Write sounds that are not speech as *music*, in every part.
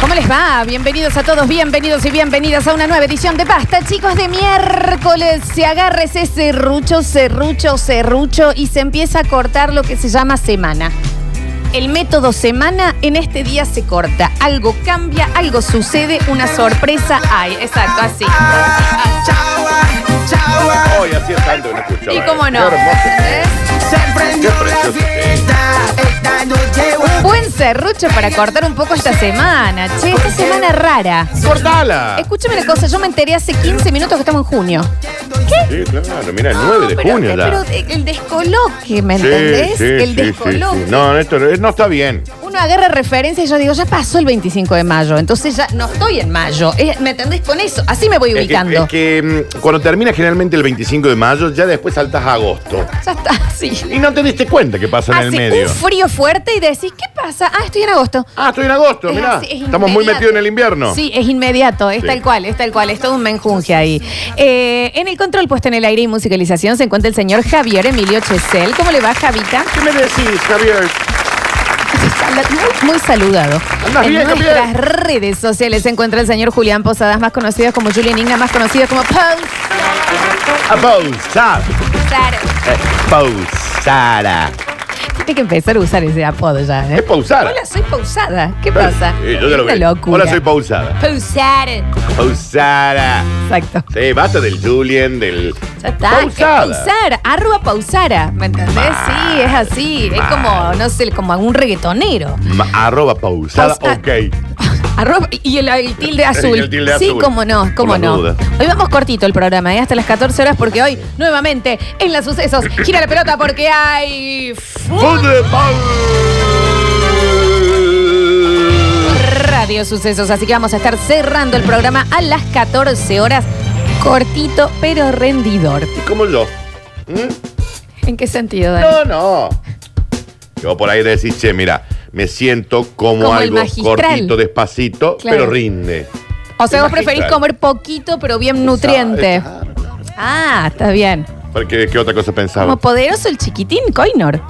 ¿Cómo les va? Bienvenidos a todos, bienvenidos y bienvenidas a una nueva edición de Pasta, chicos, de miércoles. Se agarra ese serrucho, serrucho, serrucho y se empieza a cortar lo que se llama semana. El método semana en este día se corta. Algo cambia, algo sucede, una sorpresa hay. Exacto, así. Hoy hacía tanto que no escuchaba. Y cómo esto. no. Qué hermoso. ¿Eh? Se prendió Qué la precioso que es. fiesta, esta noche Un buen serrucho para cortar un poco esta semana. Che, esta semana rara. ¡Cortala! Escúchame una cosa, yo me enteré hace 15 minutos que estamos en junio. Sí, claro, mira, el 9 de pero, eh, junio ya. pero el descoloque, ¿me Sí, entendés? sí, el sí, descoloque. sí, sí. No, esto no- no está bien. Uno agarra referencias y yo digo, ya pasó el 25 de mayo, entonces ya no estoy en mayo. Eh, ¿Me entendés con eso? Así me voy Es que, ubicando. es que, mm, cuando termina generalmente el 25 de mayo, ya después saltas a agosto. Ya está, *laughs* así. Y no te diste cuenta que pasa en el Hace medio. un frío fuerte y decís, ¿qué pasa? Ah, estoy en agosto. Ah, estoy en agosto, Es mirá. así, es Estamos muy inmediato. metidos en el invierno. Sí, es inmediato, es Sí. tal cual, es tal cual, es todo un menjunje ahí. Eh, en el control puesto en el aire y musicalización se encuentra el señor Javier Emilio Chesel. ¿Cómo le va, Javita? ¿Qué me decís, Javier? Muy, muy saludado. Andás en bien, nuestras Gabriel. redes sociales se encuentra el señor Julián Posadas, más conocido como Julián Igna, más conocido como Pausar. A pausar. Eh, pausara. Tiene que empezar a usar ese apodo ya. ¿eh? Es pausar. Hola, soy pausada. ¿Qué pasa? Sí, yo ya lo Una vi. locura. Hola, soy pausada. Pausar. Pausara. Exacto. Sí, basta del Julien, del. Ya está. Pausada. Es pausar. Arroba pausara. ¿Me entendés? sí, es así. Es como, no sé, como algún reggaetonero. Ma- arroba pausada, Pausa- ok. Arroba- y el, el tilde azul. el tilde sí, azul. cómo no, cómo Por las no. dudas. Hoy vamos cortito el programa, ¿eh? hasta las 14 horas, porque hoy, nuevamente, en las sucesos, gira la pelota porque hay. Fútbol. Radio Sucesos. Así que vamos a estar cerrando el programa a las 14 horas. Cortito, pero rendidor. Como yo. ¿Mm? ¿En qué sentido, Dani? No, no. Yo por ahí decís, che, mira, me siento como, Como el algo magistral. cortito, despacito, Claro. pero rinde. O sea, vos magistral. preferís comer poquito, pero bien nutriente. Claro, claro. Ah, está bien. ¿Para qué, qué otra cosa pensaba? Como poderoso el chiquitín, Coinor.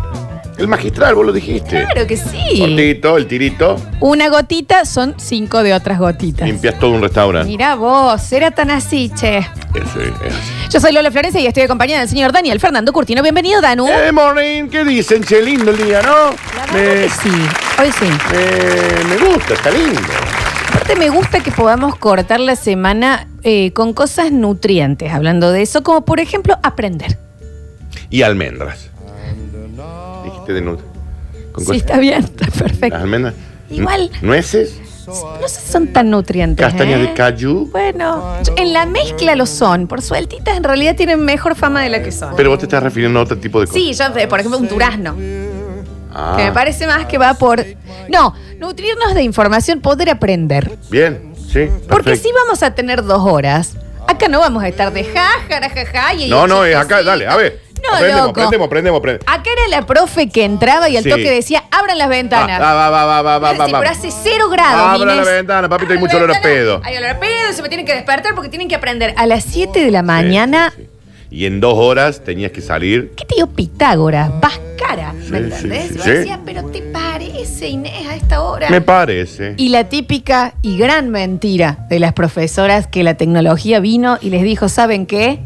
El magistral, vos lo dijiste. Claro que sí. Cortito, el tirito, Una gotita son cinco de otras gotitas. limpias todo un restaurante. Mirá vos, era tan así, che. Eso es. así. Yo soy Lola Florencia y estoy acompañada del señor Daniel Fernando Curtino. Bienvenido, Danu. Eh, morning, ¿qué dicen? Che, lindo el día, ¿no? La verdad Me, que sí, hoy sí. me- me gusta, está lindo. Aparte me gusta que podamos cortar la semana eh, con cosas nutrientes, hablando de eso, como por ejemplo aprender. Y almendras. Dijiste de nuevo. Con Sí, cosas- está bien, está perfecto. Las almendras. Igual. N- Nueces, No sé si son tan nutrientes. castañas ¿eh? de cayú. Bueno, yo- en la mezcla lo son. Por sueltitas en realidad tienen mejor fama de la que son. Pero vos te estás refiriendo a otro tipo de cosas. Sí, yo, eh, por ejemplo, un durazno. Ah, Que me parece más que va por. No, nutrirnos de información, poder aprender. Bien, sí. Porque perfecto. si vamos a tener dos horas, acá no vamos a estar de ja, ja, ja, ja, y No, no, y- es acá, dale, a ver. No, aprendemos, loco. aprendemos, aprendemos, aprendemos. Acá era la profe que entraba y al Sí. toque decía, abran las ventanas. Va, va, va, va, va, va, Sí, va, va. pero hace cero grados. Abran Inés. la ventana, papito, hay Abran mucho la olor a ventana. pedo. Hay olor a pedo, se me tienen que despertar porque tienen que aprender. A las 7 de la mañana, Sí, sí, sí. Y en dos horas tenías que salir. ¿qué te dio Pitágoras? Vas cara, ¿me Sí, entendés? sí, sí, Y vos sí. decías, pero ¿te parece, Inés, a esta hora? Me parece. Y la típica y gran mentira de las profesoras que la tecnología vino y les dijo, ¿saben qué?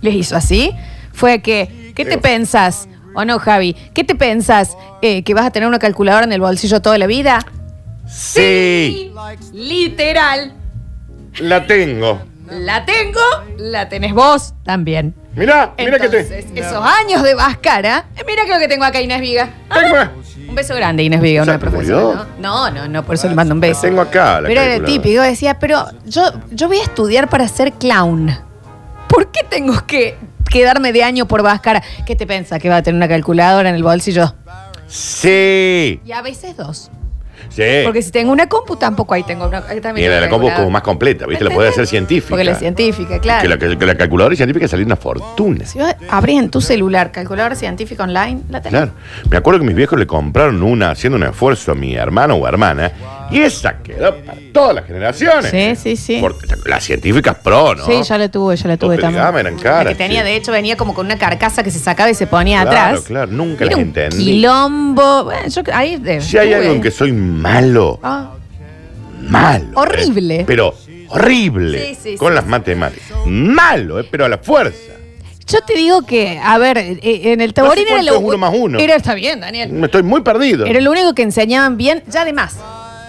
Les hizo así. Fue que, ¿qué te pensás? ¿O no, Javi? ¿Qué te pensás? Eh, ¿Que vas a tener una calculadora en el bolsillo toda la vida? Sí, Literal. la tengo. La tengo, la tenés vos también. Mirá, mirá que te. Entonces, esos años de Vascara, eh, mira que lo que tengo acá, Inés Viga. Ah, Tengo, una- Un beso grande, Inés Viga, una ¿Se murió? profesora. ¿no? no, no, no, por eso le mando un beso. tengo acá la Pero era calculadora. típico, decía, pero yo, yo voy a estudiar para ser clown. ¿Por qué tengo que quedarme de año por Váscara? ¿Qué te pensás que va a tener una calculadora en el bolsillo? Sí. Y a veces dos. Sí. Porque si tengo una compu, tampoco ahí tengo una. ahí también Mira, tengo la compu es calculadora. como más completa, ¿viste? La ¿Entendés? podés hacer *laughs* científica. Porque la científica, claro. Que la, que la calculadora científica salió una fortuna. Si vos abrís en tu celular calculadora científica online, la tenés. Claro. Me acuerdo que mis viejos le compraron una haciendo un esfuerzo a mi hermano o hermana Y esa quedó para todas las generaciones. Sí, sí, sí. Por- las científicas pro, ¿no? Sí, ya lo tuve, ya lo tuve Tope de también. gama eran La caras. que tenía, sí. de hecho, venía como con una carcasa que se sacaba y se ponía Claro, atrás. claro, nunca Era las un entendí. Quilombo. Bueno, yo ahí. eh, Si hay tuve. algo en que soy malo, Ah, malo. ¿eh? Horrible. Pero horrible. Sí, sí, con sí, las matemáticas. Malo, ¿eh? pero a la fuerza. Yo te digo que, a ver, eh, en el Taborín era cuánto lo. es uno más uno. Era, está bien, Daniel. Me estoy muy perdido. Era lo único que enseñaban bien, ya además.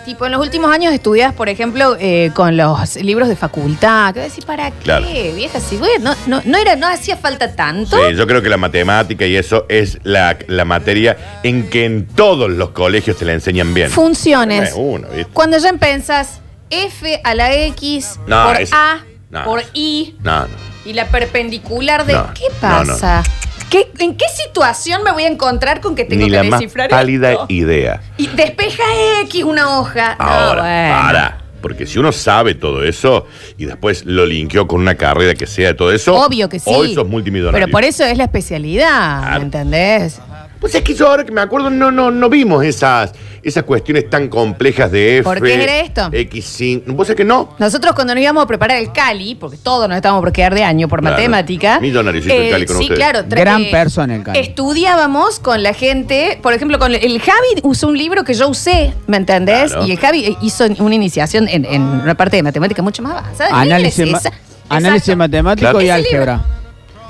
Tipo, en los últimos años estudiabas, por ejemplo, eh, con los libros de facultad. Que voy a decir, ¿para qué, Claro. vieja? Si, güey, no, no, no era, no hacía falta tanto. Sí, yo creo que la matemática y eso es la, la materia en que en todos los colegios te la enseñan bien. Funciones. No es uno, ¿viste? Cuando ya pensás F a la X No, por es- A no, por no. I No, no. y la perpendicular de... No, ¿Qué no, no. pasa? ¿Qué- ¿En qué situación me voy a encontrar con que tengo Ni que la más descifrar pálida esto? idea. Y despeja X una hoja. No, Ahora, bueno. para. Porque si uno sabe todo eso y después lo linkeó con una carrera que sea de todo eso. Obvio que sí. Hoy sos multimillonario. Pero por eso es la especialidad, Claro. ¿me entendés? Pues es que yo ahora que me acuerdo no, no, no vimos esas, esas cuestiones tan complejas de F. ¿Por qué era esto? X5. Vos es que no. Nosotros cuando nos íbamos a preparar el Cali, porque todos nos estábamos por quedar de año por Claro. matemática. eh, Millonario, sí, el Cali con Sí, ustedes. claro. tra- eh, Gran persona el Cali. Estudiábamos con la gente, por ejemplo, con el, el Javi usó un libro que yo usé, ¿me entendés? Claro. Y el Javi eh, hizo una iniciación en, en una parte de matemática mucho más avanzada. ¿Qué Análisis, quieres? ma- Esa- análisis Exacto. matemático Claro. y Ese álgebra.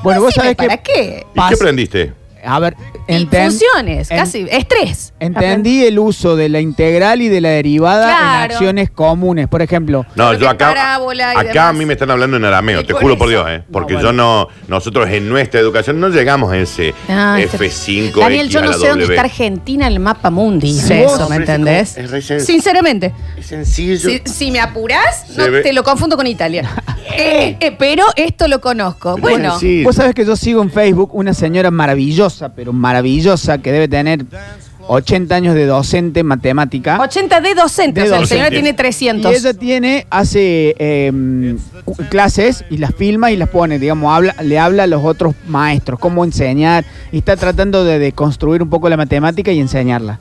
Bueno, vos Decime, sabés que. ¿Para qué? ¿Y qué Pas- aprendiste? A ver, Y enten- funciones, en- casi. Estrés. Entendí el uso de la integral y de la derivada en Claro. acciones comunes. Por ejemplo, No, Pero yo qué acá. parábola y Acá demás. a mí me están hablando en arameo, Y te por juro por eso- Dios, ¿eh? Porque No, yo no. Nosotros en nuestra educación no llegamos a ese Ah, este- F5. Daniel, X yo a no la sé dónde W. está Argentina en el mapa mundi. Sí, Dice eso, vos, ¿me pero es como- entendés? es re sencillo. Sinceramente. Es sencillo. Si, si me apuras, Se no ve- te lo confundo con *laughs* Italia. Eh, eh, pero esto lo conozco. Pero Bueno, es sencillo. vos sabés que yo sigo en Facebook una señora maravillosa, pero maravillosa, que debe tener 80 años de docente en matemática. 80 de docente. ¿ah? o De sea, la docente. señora tiene 300. Y ella tiene, hace em, cu- clases y las filma y las pone, digamos, habla, le habla a los otros maestros cómo enseñar y está tratando de deconstruir un poco la matemática y enseñarla.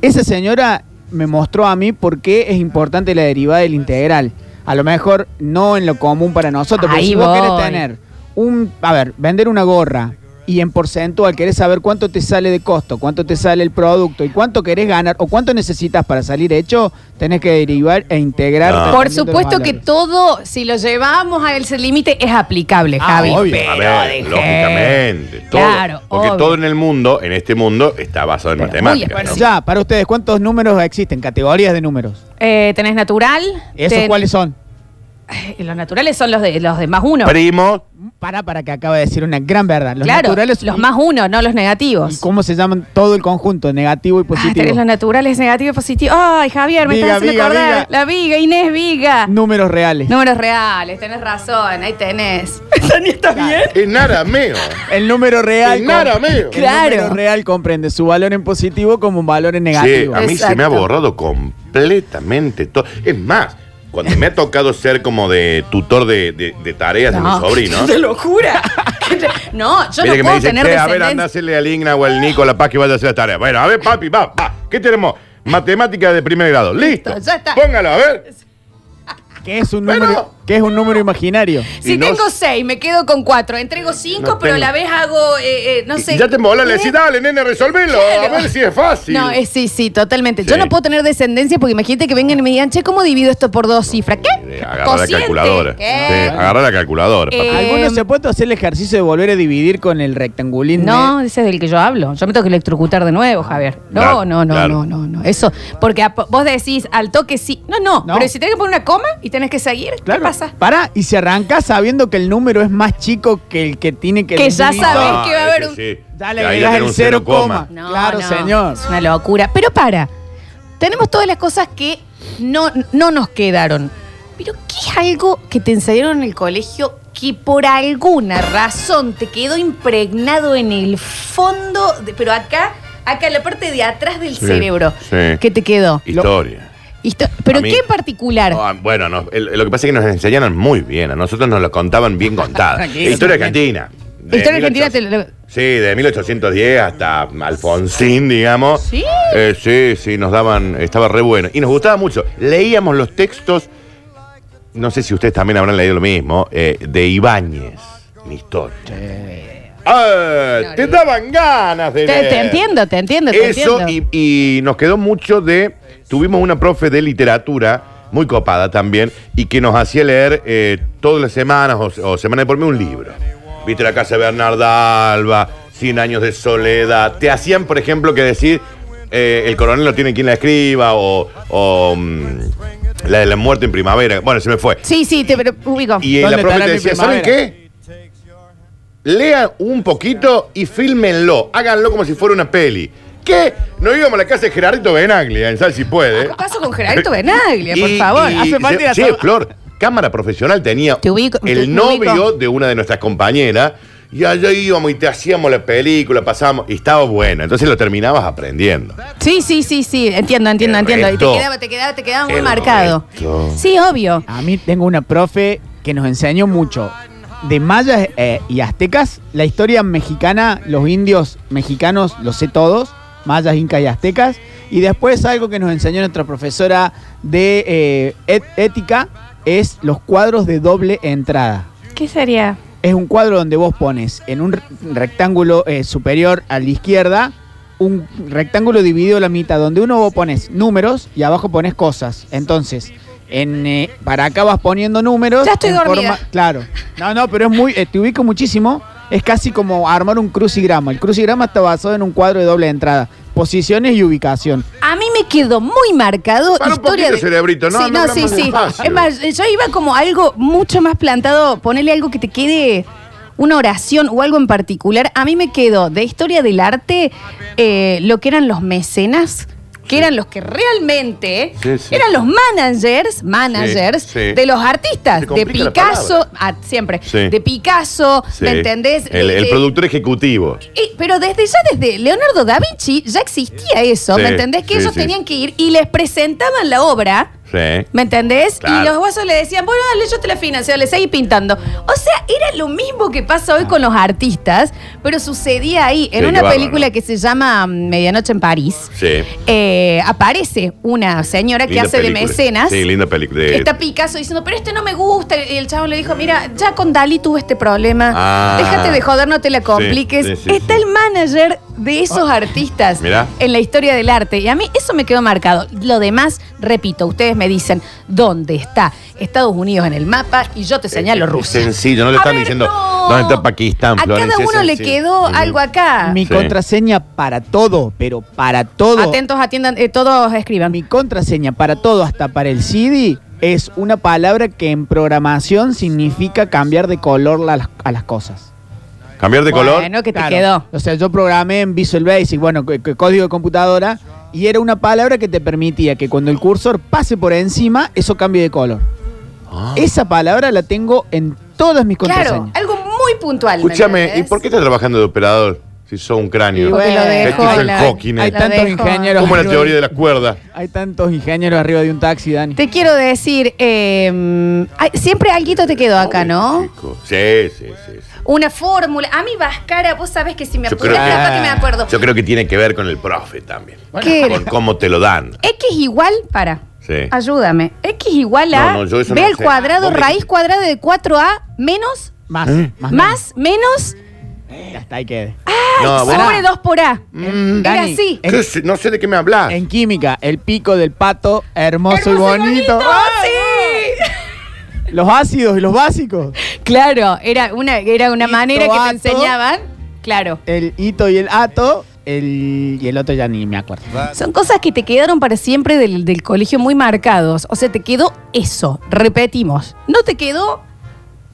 Esa señora me mostró a mí por qué es importante la derivada del integral. A lo mejor no en lo común para nosotros, pero Ahí si vos voy. querés tener un, a ver, vender una gorra y en porcentual querés saber cuánto te sale de costo, cuánto te sale el producto y cuánto querés ganar o cuánto necesitas para salir hecho, tenés que derivar e integrar. No. dependiendo Por de los supuesto que valores. todo, si lo llevamos a ese límite, es aplicable, Ah, Javi. obvio. A Pero ver, dejé. lógicamente. todo. Claro, Porque obvio. todo en el mundo, en este mundo, está basado en Pero muy matemáticas. ¿no? específico. Ya, para ustedes, ¿cuántos números existen? Categorías de números. Eh, tenés natural. ¿Esos ten- cuáles son? Ay, Los naturales son los de, los de más uno. Primo, Para, para que acaba de decir una gran verdad. Los claro, naturales. los más uno, no los negativos. ¿Y cómo se llaman todo el conjunto? Negativo y Ah, tenés positivo. los naturales, negativo y positivo. Ay, Javier, me Viga, estás haciendo viga, acordar. viga. La viga, Inés Viga. números reales. Números reales, tenés razón, ahí *laughs* tenés. Dani, ¿estás bien? en arameo. El número real. En com- arameo. el Claro. número real comprende su valor en positivo como un valor en Sí, negativo. a mí se me Exacto. ha borrado completamente todo. Es más, cuando me ha tocado ser como de tutor de, de- de tareas de mi *laughs* sobrino. Te lo jura. no, yo Mira no que me puedo dice, tener "Che, a ver, descendencia. anda a hacerle al Igna o al Nico la paz que vaya a hacer la tarea. Bueno, a ver, papi, va, va. ¿Qué tenemos? Matemática de primer grado. Listo. Listo, ya está. Póngalo, a ver. Que es un Pero- número, que es un número imaginario. si y no- tengo seis, me quedo con cuatro. Entrego cinco, No pero a tengo. la vez hago, eh, eh, no sé. Ya te mola, le ¿Qué? decís, dale, nene, resolvelo. Claro. A ver si es fácil. No, eh, sí, sí, totalmente. Sí. Yo no puedo tener descendencia porque imagínate que vengan y me digan, che, ¿cómo divido esto por dos cifras? ¿Qué? Eh, Agarra la Cociente. calculadora. ¿Qué? Sí, agarra la calculadora. Eh, Algunos se ha puesto a hacer el ejercicio de volver a dividir con el Eh, rectangulín. No, de- ese es del que yo hablo. Yo me tengo que electrocutar de nuevo, Javier. No, Claro, no, no, claro. no, no, no. Eso, porque a- vos decís al toque sí. No, no, No. pero si tenés que poner una coma y tenés que seguir, ¿qué pasa? Pará, y se arranca sabiendo que el número es más chico que el que tiene que Que ya dividir. sabés que va a es haber un- sí. Ya le Ahí agregás tiene el un cero cero coma. coma. Claro, señor. Es una locura. Pero para, tenemos todas las cosas que no, no nos quedaron. Pero ¿qué es algo que te enseñaron en el colegio que por alguna razón te quedó impregnado en el fondo, de- pero acá, acá en la parte de atrás del Sí, cerebro? sí. ¿Qué te quedó? Historia. Histo- ¿Pero A mí- qué en particular? Ah, bueno, no, el- lo que pasa es que nos enseñaron muy bien. A nosotros nos lo contaban bien *laughs* contada. Tranquilo, Historia tranquilo. argentina. de Historia argentina te 1800. lo- Sí, de 1810 hasta Alfonsín, digamos. Sí. Eh, sí, sí, nos daban, estaba re bueno. Y nos gustaba mucho. Leíamos los textos, no sé si ustedes también habrán leído lo mismo, eh, de Ibáñez, mi historia. Ah, te daban ganas de Te, te leer. entiendo, te entiendo, te Eso entiendo. y, y nos quedó mucho de. Tuvimos una profe de literatura muy copada también y que nos hacía leer eh, todas las semanas o, o semana por mí un libro. Viste la casa de Bernarda Alba, 100 años de soledad. Te hacían, por ejemplo, que decir eh, el coronel no tiene quien la escriba o, o, mm, la de la muerte en primavera. Bueno, se me fue. Sí, sí, te pero ubico. Y eh, ¿Dónde la profe estará te mi decía, ¿saben primavera? qué? Lean un poquito y fílmenlo. Háganlo como si fuera una peli. ¿Qué? No íbamos a la casa de Gerardito Benaglia, en Sal si puede. ¿Qué pasó con Gerardo Benaglia, por *laughs* Y- favor? y- Hace falta ir a sí, tra- Flor, cámara profesional tenía Te ubico, te- el me novio ubico. de una de nuestras compañeras. Y allá íbamos y te hacíamos la película, pasábamos. Y estaba buena. Entonces lo terminabas aprendiendo. Sí, sí, sí, sí, entiendo, entiendo, El entiendo. Y resto. te quedaba, te quedaba, te quedaba muy El marcado. resto. Sí, obvio. A mí tengo una profe que nos enseñó mucho. De mayas eh, y aztecas, la historia mexicana, los indios mexicanos, lo sé todos, mayas, incas y aztecas. Y después algo que nos enseñó nuestra profesora de eh, et- ética es los cuadros de doble entrada. ¿Qué sería? Es un cuadro donde vos pones en un re- rectángulo eh, superior a la izquierda un rectángulo dividido a la mitad, donde uno vos pones números y abajo pones cosas. Entonces, en, eh, para acá vas poniendo números. Ya estoy en dormida. claro. No, no, pero es muy, eh, te ubico muchísimo. Es casi como armar un crucigrama. El crucigrama está basado en un cuadro de doble entrada, posiciones y ubicación. A mí me quedó muy marcado Para un historia poquito, cerebrito, ¿no? Sí, No no, hablamos sí, de sí. espacio. Es más, yo iba como algo mucho más plantado, ponerle algo que te quede una oración o algo en particular. A mí me quedó de historia del arte eh, lo que eran los mecenas, que eran los que realmente Sí, sí. eran los managers, managers Sí, sí. de los artistas, Se de complica la Picasso, ah, siempre, Sí. de Picasso, Sí. ¿me entendés? Eh, El, De- el de- productor ejecutivo. y- pero desde ya, desde Leonardo da Vinci, ya existía eso, ¿me Sí, entendés? Que sí, ellos sí. tenían que ir y les presentaban la obra, Sí. ¿me entendés? Y Claro. los guasos le decían, bueno, dale, yo te la financio, le seguí pintando. O sea, era lo mismo que pasa hoy con los artistas, pero sucedía ahí, en Sí, una qué bárbaro, película ¿no? que se llama mm, Medianoche en París. Sí. eh, aparece una señora que Linda hace de película. mecenas. Sí, linda película. De- Está Picasso diciendo, pero este no me gusta. Y el chavo le dijo, mira, ya con Dalí tuve este problema. Ah. Déjate de joder, no te la compliques. Sí, sí, sí, Está sí. Ah, el manager de esos artistas Mirá. en la historia del arte. Y a mí eso me quedó marcado. Lo demás, repito, ustedes me dicen dónde está Estados Unidos en el mapa y yo te señalo Eh, Es Rusia. Sencillo, no le A están ver, diciendo no. dónde está Pakistán, A Florencia, cada es uno le sencillo. quedó Ujú. algo acá. Mi Sí. contraseña para todo, pero para todo. Atentos, atiendan, eh, todos escriban. Mi contraseña para todo, hasta para el CD, es una palabra que en programación significa cambiar de color la- a las, a las cosas. Cambiar de color. Bueno, que te Claro. quedó. O sea, yo programé en Visual Basic, bueno, c- c- código de computadora, y era una palabra que te permitía que cuando el cursor pase por encima, eso cambie de color. Ah. Esa palabra la tengo en todas mis Claro, contraseñas. algo muy puntual. ¿me Escúchame, ¿y entendés? por qué estás trabajando de operador si sos un cráneo? Y bueno, Porque lo Que dejó hizo a el la- Hawking, Hay lo tantos dejó. ingenieros. ¿Cómo la arriba teoría de de- las cuerdas? Hay tantos ingenieros arriba de un taxi, Dani. Te quiero decir, eh, ay, siempre alguito te quedó acá, ¿no? Sí, sí, sí. sí. Una fórmula. A mí Vascara, vos sabés que si me Yo apurás, creo que- capaz que me acuerdo. Yo creo que tiene que ver con el profe también. ¿Qué Con era? cómo te lo dan. X igual, para. Sí. Ayúdame. X igual a No, no, yo eso B no al sé. cuadrado, Vos me raíz dijiste. cuadrada de 4A menos, Más, más, más, Ah, menos, menos. Hasta ahí quede. No, Ah, bueno. sobre 2 por A. Mm, Era Dani, así. ¿qué sé? no sé de qué me hablas. En química, el pico del pato, hermoso, Hermoso y y bonito. ¡Ay! sí. Los ácidos y los básicos. Claro, era una, era una manera que te Listoato. enseñaban. Claro. El hito y el ato. El, y el otro ya ni me acuerdo. Son cosas que te quedaron para siempre del, del colegio muy marcados. O sea, te quedó eso. Repetimos. No te quedó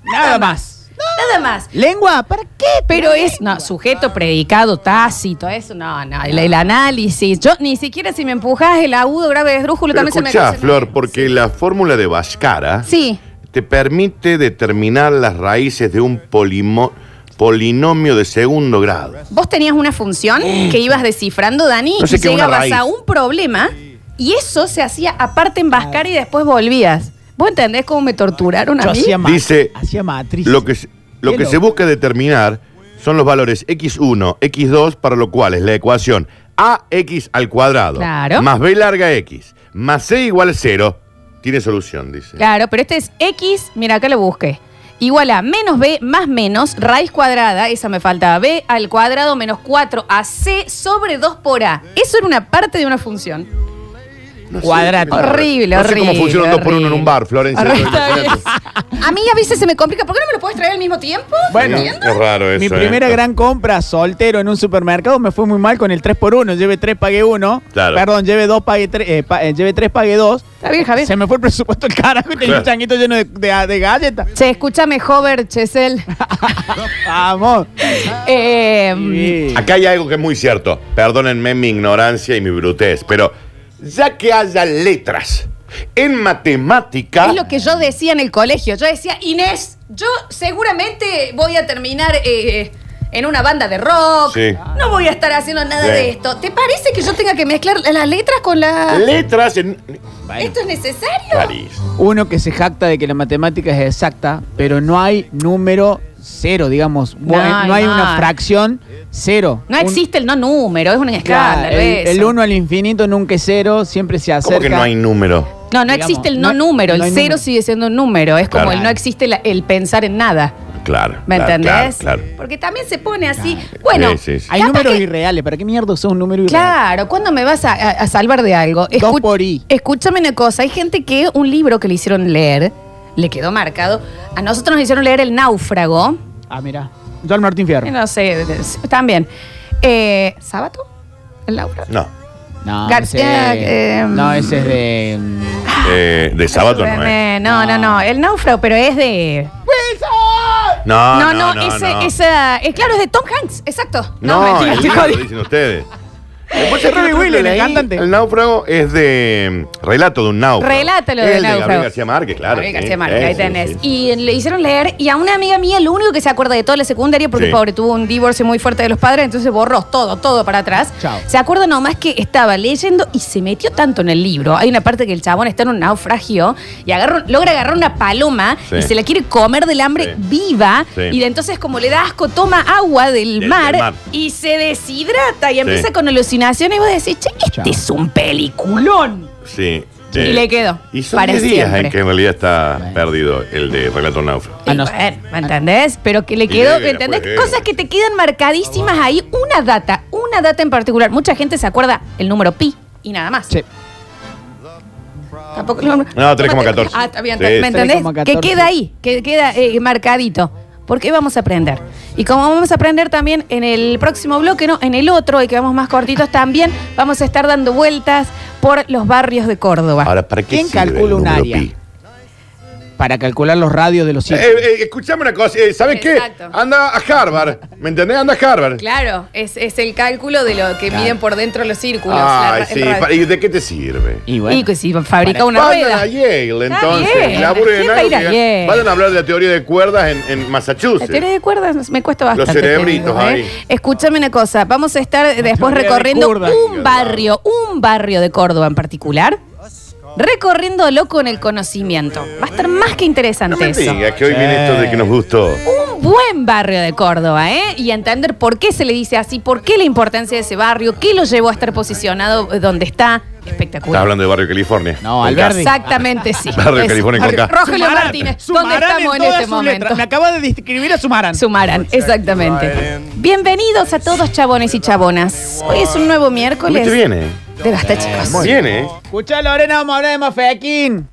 Nada más. nada más. ¿Lengua? ¿Para qué? Pero es no, sujeto, predicado, tácito, eso no, no. El, el análisis. Yo ni siquiera si me empujas el agudo grave de esdrújulo Pero también se me escuchá, cruza. Flor, porque la fórmula de Bhaskara Sí. te permite determinar las raíces de un polimo- polinomio de segundo grado. Vos tenías una función que ibas descifrando, Dani, No sé y qué, una llegabas raíz. a un problema y eso se hacía aparte en Vascar y después volvías. ¿Vos entendés cómo me torturaron a Yo mí? hacía ma- Dice hacía matriz. Lo que, se- lo Qué que se loco. busca determinar son los valores x1, x2, para lo cual es la ecuación ax al cuadrado Claro. más b larga x más c igual a 0. Tiene solución, dice. Claro, pero este es X, mira, acá lo busqué. Igual a menos B más menos raíz cuadrada, esa me faltaba, B al cuadrado menos 4 AC sobre 2 por A. Eso era una parte de una función. No sé, Cuadrato. tiene- Horrible, no horrible. sé cómo funciona dos por uno en horrible. un bar, Florencia. Horrible. Imagínate. A mí a veces se me complica. ¿Por qué no me lo puedes traer al mismo tiempo? Bueno, es raro eso. Mi primera eh. gran compra soltero en un supermercado me fue muy mal con el 3x1. Lleve 3, pagué 1. Claro. Perdón, lleve 2, pagué 3, eh, lleve 3, pagué 2. Está bien, Javier. Se me fue el presupuesto al carajo y tenía Claro. un changuito lleno de, de- de galletas. Che, escúchame, Hover *laughs* Chesel. Vamos. Eh, Sí. Acá hay algo que es muy cierto. Perdónenme mi ignorancia y mi brutez, pero ya que haya letras en matemática. es lo que yo decía en el colegio. Yo decía, Inés, yo seguramente voy a terminar eh, en una banda de rock. Sí. No voy a estar haciendo nada Sí. de esto. ¿Te parece que yo tenga que mezclar las letras con la... Letras en. ¿Esto es necesario? París. Uno que se jacta de que la matemática es exacta, pero no hay número cero, digamos. No, hay, no hay no una hay. fracción cero. No Un- existe el no número, es un Claro, escándalo. eso. el 1 al infinito nunca es cero, siempre se acerca. ¿Cómo que no hay número? No, no digamos, existe el no, no- número, el no hay cero número. sigue siendo un número, es como Claro. el no existe la- el pensar en nada. Claro. ¿Me claro, entendés? Claro. claro. Porque también se pone así. Bueno, Sí, sí, sí. Hay capaz números que- irreales. ¿Para qué mierda usás un número irreal? Claro, ¿cuándo me vas a, a- a salvar de algo? Dos por I. Escúchame una cosa, hay gente que un libro que le hicieron leer, le quedó marcado, a nosotros nos hicieron leer El Náufrago, Ah, mira. Yo al Martín eh, Fierro. no sé, de- también. Eh, ¿Sábato? ¿El Náufrago? No. No, García, ese, eh, no, ese *laughs* es de. mm, Eh, Ah, de sábado no es. Eh, No, no, no, El Náufrago, pero es de... Ah, No, No, no, ese, esa, eh, claro, es de Tom Hanks, exacto. No, mentira, el te libro, jodí. dicen ustedes. Después se Robbie Williams, el cantante. El náufrago es de mm, relato de un náufrago. Relátalo Es del el de Gabriel náufrago. García Márquez, claro. Gabriel sí, García Márquez, sí, ahí sí, tenés. sí. Y le hicieron leer, y a una amiga mía, lo único que se acuerda de toda la secundaria, porque Sí. pobre tuvo un divorcio muy fuerte de los padres, entonces borró todo, todo para atrás. Chao. Se acuerda nomás que estaba leyendo y se metió tanto en el libro. Hay una parte que el chabón está en un naufragio y agarra, logra agarrar una paloma Sí. y se la quiere comer del hambre Sí. viva. Sí. Y de entonces, como le da asco, toma agua del, Del- del mar, mar. y se deshidrata y empieza con alucinaciones. Y vos decís, che, este Chao. es un peliculón. Sí. eh, Y le quedó, Y son para 10 días siempre. en que en realidad está Bueno. perdido el de relato náufrago. A Y nos- bueno, ¿me entendés? Pero que le Y quedó, llega, ¿entendés? pues, llega. Cosas que te quedan marcadísimas ahí, una data, una data en particular. Mucha gente se acuerda el número pi y nada más. sí. Tampoco no, 3,14. Ah, está bien, Sí, ¿me sí. entendés? 3,14. Que queda ahí, que queda eh, marcadito. Porque vamos a aprender. Y como vamos a aprender también en el próximo bloque, ¿no? En el otro, y que vamos más cortitos también, vamos a estar dando vueltas por los barrios de Córdoba. Ahora, ¿para qué ¿Quién sirve el calcula un número área? pi? Para calcular los radios de los Eh, sitios. eh, escuchame una cosa, eh, ¿sabes qué? Exacto. Anda a Harvard, ¿me entendés? Anda a Harvard. Claro, es, es el cálculo de lo que Claro. miden por dentro los círculos. la Ay, ra- el sí, radio. pa- ¿y de qué te sirve? y Y que si fabrica Para- una Vayan rueda. a Yale, Está entonces. bien. y laburen en ¿Quién va a algo ir a que- Yale? Vayan a hablar de la teoría de cuerdas en, en La Massachusetts. teoría de cuerdas me cuesta bastante. te cerebritos digo, ¿eh? ahí. Escúchame una cosa. Vamos a estar después teoría de recorriendo cuerdas. un barrio, un barrio de Córdoba en particular. Recorriéndolo con el conocimiento. Va a estar más que interesante No me eso. digas que hoy viene esto de que nos gustó. Un buen barrio de Córdoba, ¿eh? Y entender por qué se le dice así, por qué la importancia de ese barrio, qué lo llevó a estar posicionado eh, donde está. Estás Espectacular. hablando de Barrio California. No, Con Alberdi. Exactamente, sí. *laughs* Barrio Eso. California con K. Rogelio Sumarán. Martínez, ¿dónde Sumarán estamos en, todas este sus momento? letras. Me acaba de describir a Sumaran. Sumarán, exactamente. Bienvenidos a todos chabones y chabonas. Hoy es un nuevo miércoles. ¿Viste viene? De basta, chicos. Viene. Escucha, Lorena, vamos a hablar de Mafequín.